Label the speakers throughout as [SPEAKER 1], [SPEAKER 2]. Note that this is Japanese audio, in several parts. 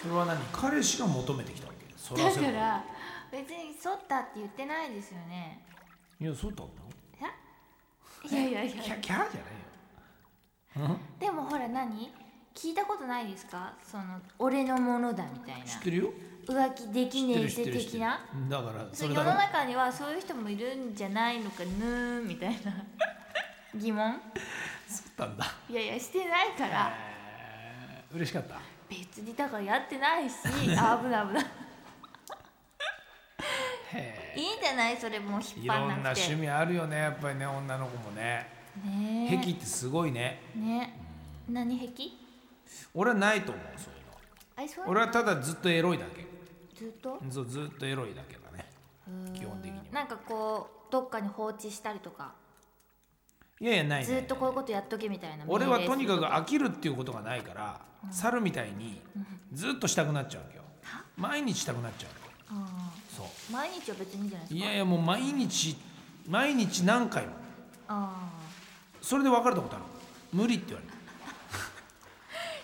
[SPEAKER 1] それは何彼氏が求めてきたわけそら
[SPEAKER 2] だ
[SPEAKER 1] せ
[SPEAKER 2] か
[SPEAKER 1] ば
[SPEAKER 2] ら別に剃ったって言ってないですよね
[SPEAKER 1] いやそうだったの
[SPEAKER 2] いやいやい
[SPEAKER 1] キ
[SPEAKER 2] や
[SPEAKER 1] ャキャーじゃないよ、
[SPEAKER 2] でもほら何聞いたことないですかその俺のものだみたい
[SPEAKER 1] うん、知ってるよ
[SPEAKER 2] な浮気でき
[SPEAKER 1] 知って
[SPEAKER 2] ねえ
[SPEAKER 1] る
[SPEAKER 2] ぜ
[SPEAKER 1] 知ってる知って
[SPEAKER 2] 的
[SPEAKER 1] る
[SPEAKER 2] な
[SPEAKER 1] だから
[SPEAKER 2] そ
[SPEAKER 1] そうれ
[SPEAKER 2] 世
[SPEAKER 1] だ
[SPEAKER 2] の
[SPEAKER 1] から
[SPEAKER 2] 中にはそういう人もいるんじゃないのかぬーみたいな疑問
[SPEAKER 1] そうだったんだ
[SPEAKER 2] いやいやしてないから
[SPEAKER 1] へー嬉しかった
[SPEAKER 2] 別にだからやってない しあ危ない危ない
[SPEAKER 1] へ
[SPEAKER 2] いいんじゃないそれもう
[SPEAKER 1] ー
[SPEAKER 2] 引
[SPEAKER 1] い
[SPEAKER 2] っ張
[SPEAKER 1] ろ
[SPEAKER 2] ん
[SPEAKER 1] んな
[SPEAKER 2] なくて
[SPEAKER 1] 趣味あるよねやっぱりね女の子もね
[SPEAKER 2] ねえ
[SPEAKER 1] 癖ってすごいね
[SPEAKER 2] ね何壁
[SPEAKER 1] 俺はないと思うそういうの
[SPEAKER 2] あそう
[SPEAKER 1] 俺はただずっとエロいだけ
[SPEAKER 2] ずっと
[SPEAKER 1] そうずっとエロいだけだね基本的には
[SPEAKER 2] なんかこうどっかに放置したりとか
[SPEAKER 1] いやいやない、ね、
[SPEAKER 2] ずっとこういうことやっとけみたいな
[SPEAKER 1] 俺は
[SPEAKER 2] 命令
[SPEAKER 1] とにか
[SPEAKER 2] す
[SPEAKER 1] く
[SPEAKER 2] る
[SPEAKER 1] 飽きるっていうことがないから、猿みたいにずっとしたくなっちゃうわけよ毎日したくなっちゃうわけよ
[SPEAKER 2] とうん
[SPEAKER 1] そ
[SPEAKER 2] 毎日は別にいいんじゃないうで
[SPEAKER 1] い
[SPEAKER 2] すか
[SPEAKER 1] やいやもう毎日毎日何回も
[SPEAKER 2] あ
[SPEAKER 1] それで別れたことある無理って言われた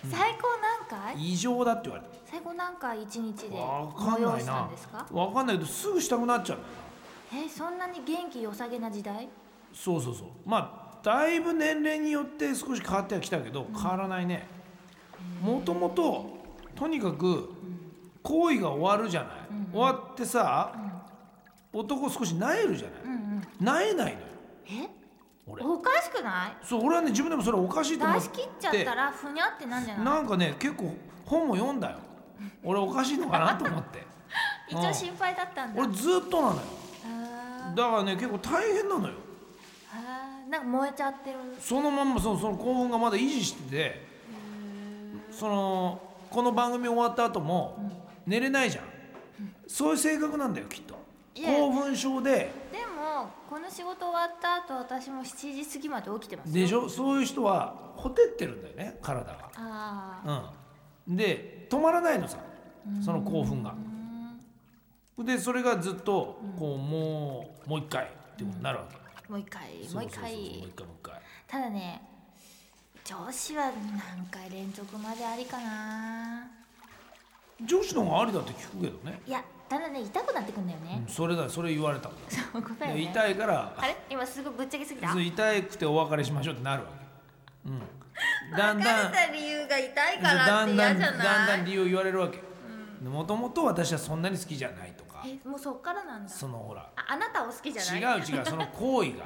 [SPEAKER 2] ー最高何回
[SPEAKER 1] 異常だって言われた
[SPEAKER 2] 最高何回一日で
[SPEAKER 1] わかんない
[SPEAKER 2] 催した
[SPEAKER 1] なん
[SPEAKER 2] ですか
[SPEAKER 1] わかんないけどすぐしたくなっちゃうんだよな
[SPEAKER 2] えそんなに元気良さげな時代
[SPEAKER 1] そうそうそうまあだいぶ年齢によって少し変わってはきたけど変わらないねもともととにかく行為が終わるじゃない、終わってさ、男少しなえるじゃない、
[SPEAKER 2] うんうん
[SPEAKER 1] なえないのよ
[SPEAKER 2] え
[SPEAKER 1] 俺
[SPEAKER 2] おかしくない
[SPEAKER 1] そう俺はね自分でもそれおかしいと思
[SPEAKER 2] 出
[SPEAKER 1] っ
[SPEAKER 2] して切っちゃったらふにゃってなんじゃない
[SPEAKER 1] なんかね結構本も読んだよ俺おかしいのかなと思って
[SPEAKER 2] 一応心配だったんだ
[SPEAKER 1] 俺ずっとなのよ
[SPEAKER 2] あー
[SPEAKER 1] だからね結構大変なのよ
[SPEAKER 2] あーなんか燃えちゃってる
[SPEAKER 1] そのまんまそのその興奮がまだ維持しててそのこの番組終わった後も寝れないじゃん、そういう性格なんだよきっと
[SPEAKER 2] いや
[SPEAKER 1] 興奮症で
[SPEAKER 2] でもこの仕事終わった後私も7時過ぎまで起きてますよ
[SPEAKER 1] でしょそういう人はほてってるんだよね体が
[SPEAKER 2] ああ
[SPEAKER 1] うんで止まらないのさその興奮がでそれがずっとこうもうもう一回ってことになるわけ
[SPEAKER 2] もう一回もう一回
[SPEAKER 1] そうそうそうもう一回もう一回
[SPEAKER 2] ただね女子は何回連続までありかな
[SPEAKER 1] 女子の方がありだって聞くけどね、
[SPEAKER 2] いやだんだんね痛くなってくんだよ
[SPEAKER 1] う
[SPEAKER 2] ね
[SPEAKER 1] ん、、それだそれ言われたんだ
[SPEAKER 2] そうことだよ
[SPEAKER 1] で
[SPEAKER 2] ね
[SPEAKER 1] 痛いから
[SPEAKER 2] あれ今すごいぶっちゃけすぎた
[SPEAKER 1] そう
[SPEAKER 2] 分
[SPEAKER 1] 痛くてお別れしましょうってなるわけ、うん、だんだん
[SPEAKER 2] かれた理由が痛い
[SPEAKER 1] そう
[SPEAKER 2] から
[SPEAKER 1] だ
[SPEAKER 2] っ
[SPEAKER 1] ん
[SPEAKER 2] て
[SPEAKER 1] だ
[SPEAKER 2] 嫌
[SPEAKER 1] ん
[SPEAKER 2] じゃ
[SPEAKER 1] だ
[SPEAKER 2] ない
[SPEAKER 1] んだん理由を言われるわけもともと私はそんなに好きじゃないとか
[SPEAKER 2] えもうそっからなんだ
[SPEAKER 1] そのほら
[SPEAKER 2] ああなたを好きじゃない
[SPEAKER 1] 違う違うその行為が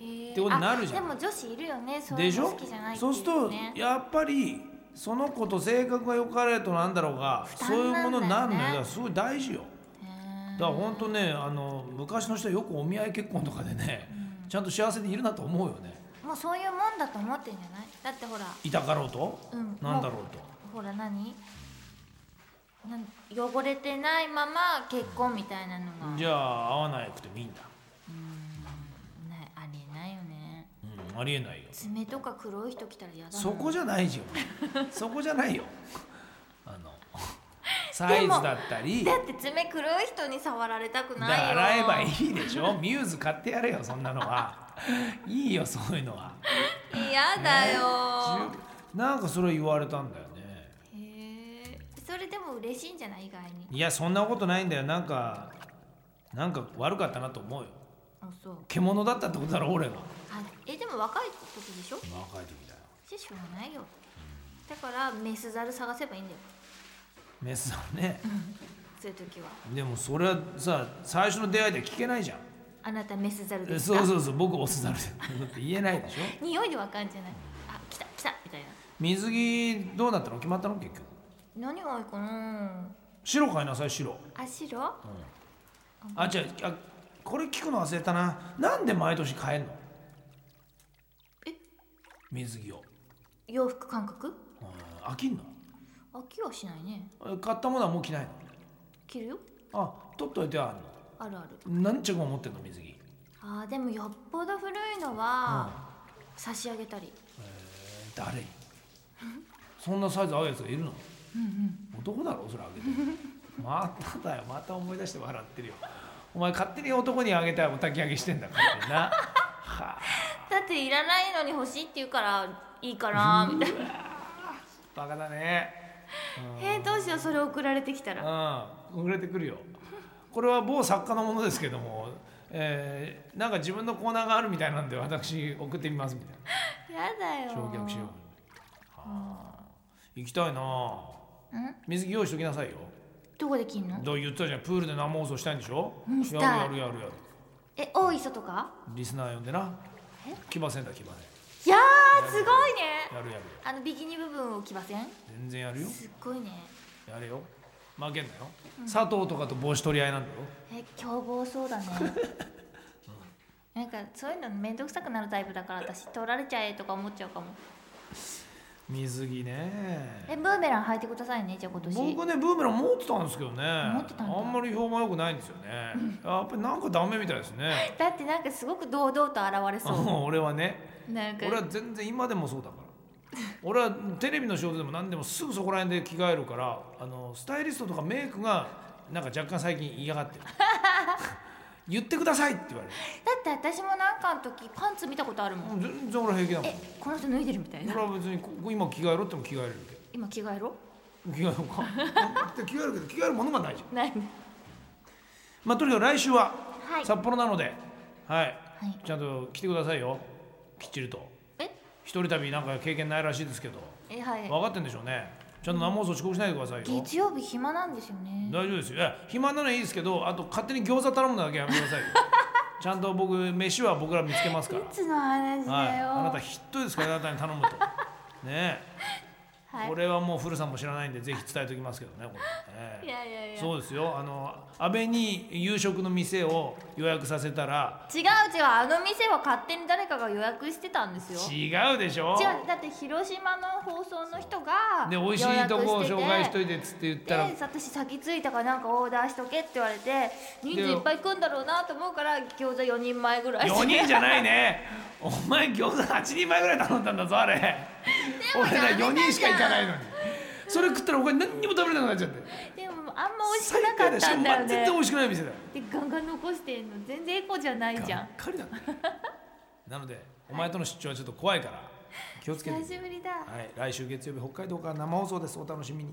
[SPEAKER 2] へー
[SPEAKER 1] ってことになるじゃん
[SPEAKER 2] あでも女子いるよね そうい
[SPEAKER 1] で
[SPEAKER 2] う
[SPEAKER 1] し
[SPEAKER 2] の
[SPEAKER 1] ょ
[SPEAKER 2] 好きじゃないってい
[SPEAKER 1] そうすると
[SPEAKER 2] ね
[SPEAKER 1] やっぱりその子と性格が良かれとなんだろうがそういうものになるのよ
[SPEAKER 2] 負担なんだよね
[SPEAKER 1] だからすごい大事よ
[SPEAKER 2] へー
[SPEAKER 1] だから本当ねあの昔の人はよくお見合い結婚とかでねちゃんと幸せでいるなと思うよね
[SPEAKER 2] もうそういうもんだと思ってんじゃないだってほら
[SPEAKER 1] いたかろうと
[SPEAKER 2] うん
[SPEAKER 1] なんだろうと
[SPEAKER 2] ほら何なん汚れてないまま結婚みたいなのが
[SPEAKER 1] じゃあ会わなくてもいいんだ
[SPEAKER 2] ないありえないよね
[SPEAKER 1] うん、ありえないよ。
[SPEAKER 2] 爪とか黒い人来たら嫌だな
[SPEAKER 1] そこじゃないよ。そこじゃないよ。あ の。サイズだったり。
[SPEAKER 2] だって爪黒い人に触られたく
[SPEAKER 1] だ
[SPEAKER 2] ないよ
[SPEAKER 1] 洗えばいいでしょミューズ買ってやれよ、そんなの は。いいよ、そういうのは。
[SPEAKER 2] 嫌だよ
[SPEAKER 1] 十なんかそれ言われたんだよね。
[SPEAKER 2] へえそれでも嬉しいんじゃない意外に
[SPEAKER 1] いや、そんなことないんだよ。なんか。なんか悪かったなと思うよ。
[SPEAKER 2] あそう
[SPEAKER 1] 獣だったってことだろ、俺が。
[SPEAKER 2] あえでも若い時でしょ
[SPEAKER 1] 若い時だよ。
[SPEAKER 2] ししょうがないよだからメスザル探せばいいんだよ
[SPEAKER 1] メスだね。
[SPEAKER 2] そういう時は
[SPEAKER 1] でも、それはさ、最初の出会いで聞けないじゃん。
[SPEAKER 2] あなたメスザル
[SPEAKER 1] え
[SPEAKER 2] ですか
[SPEAKER 1] そうそうそう僕オスザルだって言えないでしょ
[SPEAKER 2] 匂いでわかんじゃないあ来た来たみたいな
[SPEAKER 1] 水着どうなったの決まったの結局
[SPEAKER 2] 何が多いかな
[SPEAKER 1] 白買いなさい白
[SPEAKER 2] あ白
[SPEAKER 1] あじゃああこれ聞くの忘れたななんで毎年買えんの
[SPEAKER 2] え
[SPEAKER 1] 水着を
[SPEAKER 2] 洋服感覚
[SPEAKER 1] うん飽きんの
[SPEAKER 2] 飽きはしないね
[SPEAKER 1] え買ったものはもう着ない
[SPEAKER 2] 着るよ
[SPEAKER 1] のあ取っといてあ
[SPEAKER 2] あるある
[SPEAKER 1] るの何着も持ってんの水着
[SPEAKER 2] あーでもよっぽど古いのは差し上げたり
[SPEAKER 1] えー誰にそんなサイズ合うやつがいるの男だろそれあげてるまただよまた思い出して笑ってるよお前勝手に男にあげたいお焚き上げしてんだからなは
[SPEAKER 2] だっていらないのに欲しいって言うからいいかなみたいな
[SPEAKER 1] あバカだね
[SPEAKER 3] えー、どうしようそれ送られてきたら
[SPEAKER 1] うん、遅れてくるよ。これは某作家のものですけども、えーなんか自分のコーナーがあるみたいなんで私送ってみますみたい
[SPEAKER 2] やだよ
[SPEAKER 1] な。焼却しよう。あー行きたいなあ。
[SPEAKER 2] ん
[SPEAKER 1] 水着用意しときなさいよ。
[SPEAKER 2] どこで着んの
[SPEAKER 1] どう言ったじゃん。プールで生放送したいんでしょ。
[SPEAKER 2] うんしたい
[SPEAKER 1] やるやるやるやる。
[SPEAKER 2] え大磯とか
[SPEAKER 1] リスナー呼んでな。騎馬戦だ騎馬戦。
[SPEAKER 2] いやーすごいね
[SPEAKER 1] やるやる。
[SPEAKER 2] あのビキニ部分を着ません
[SPEAKER 1] 全然やるよ。
[SPEAKER 2] すっごいね
[SPEAKER 1] やれよ。負けんなよ。佐藤とかと帽子取り合いなんだよ。
[SPEAKER 2] え凶暴そう だねなんかそういうの面倒くさくなるタイプだから私取られちゃえとか思っちゃうかも
[SPEAKER 1] 水着ね。
[SPEAKER 2] えブーメラン履いてくださいねじゃあ今年
[SPEAKER 1] 僕ねブーメラン持ってたんですけどね
[SPEAKER 2] 持ってたんだ
[SPEAKER 1] あんまり評判良くないんですよね、やっぱりなんかダメみたいですね
[SPEAKER 2] だってなんかすごく堂々と現れそ
[SPEAKER 1] 俺はね
[SPEAKER 2] うなんか
[SPEAKER 1] 俺は全然今でもそうだから 俺はテレビの仕事でも何でもすぐそこら辺で着替えるからあのスタイリストとかメイクがなんか若干最近嫌がってる 言ってくださいって言われる
[SPEAKER 2] だって私もなんかの時パンツ見たことあるも
[SPEAKER 1] も
[SPEAKER 2] ん
[SPEAKER 1] う全然俺は平気だも
[SPEAKER 2] えこの人脱いでるみたい
[SPEAKER 1] ん
[SPEAKER 2] な
[SPEAKER 1] 俺は別にここ今着替えろっても着替えるけ
[SPEAKER 2] 今着替えろ
[SPEAKER 1] ど着替えよう かって着替えるけど着替えるものがないじゃん
[SPEAKER 2] ない
[SPEAKER 1] まあとにかく来週は
[SPEAKER 2] はい
[SPEAKER 1] 札幌なので、はい
[SPEAKER 2] い
[SPEAKER 1] ちゃんと来てくださいよきっちりと
[SPEAKER 2] え
[SPEAKER 1] 一人旅なんか経験ないらしいですけど
[SPEAKER 2] えはい
[SPEAKER 1] 分かってんでしょうねちゃんと生放送遅刻しないでくださいよ
[SPEAKER 2] 月曜日暇なんですよね
[SPEAKER 1] 大丈夫ですよいや暇なのはいいですけどあと勝手に餃子頼むのだけやめてくださいよちゃんと僕飯は僕ら見つけますか
[SPEAKER 2] いつの話
[SPEAKER 1] ら、はい、
[SPEAKER 2] だよ
[SPEAKER 1] あなたヒットですからあなたに頼むとねえ、
[SPEAKER 2] はい
[SPEAKER 1] これはもう古さんも知らないんでぜひ伝えておきますけどねこれね
[SPEAKER 3] いやいやいや
[SPEAKER 1] そうですよあの安倍に夕食の店を予約させたら
[SPEAKER 2] 違う違うあの店は勝手に誰かが予約してたんですよ
[SPEAKER 1] 違うでしょ
[SPEAKER 2] 違うだって広島の放送の人が
[SPEAKER 1] で美味しいとこを紹介しと
[SPEAKER 2] い
[SPEAKER 1] いてっつって言ったら
[SPEAKER 2] で私先着いたからなんかオーダーしとけって言われて人数いっぱい来んだろうなと思うから餃子4人前ぐらい
[SPEAKER 1] 4人じゃない
[SPEAKER 2] い
[SPEAKER 1] ねお前餃子8人前ぐらい頼んだんだぞあれ
[SPEAKER 2] も
[SPEAKER 1] 俺ら
[SPEAKER 2] ダメだじゃん
[SPEAKER 1] 4人しか行かないのにそれ食ったら他に何にも食べれなくなっちゃって
[SPEAKER 2] でもあんま美味しくなかっ
[SPEAKER 1] しか
[SPEAKER 2] た
[SPEAKER 1] も
[SPEAKER 2] ん
[SPEAKER 1] ま
[SPEAKER 2] だ
[SPEAKER 1] あ
[SPEAKER 2] よ
[SPEAKER 1] 絶対美
[SPEAKER 2] ね
[SPEAKER 1] 味しくない店だよ
[SPEAKER 2] でガンガン残してんの全然エコじゃないじゃ
[SPEAKER 1] がっ
[SPEAKER 2] ん
[SPEAKER 1] かりだねなのでお前との出張はちょっと怖いから気をつけて
[SPEAKER 2] 久しぶりだ
[SPEAKER 1] はい、来週月曜日北海道から生放送ですお楽しみに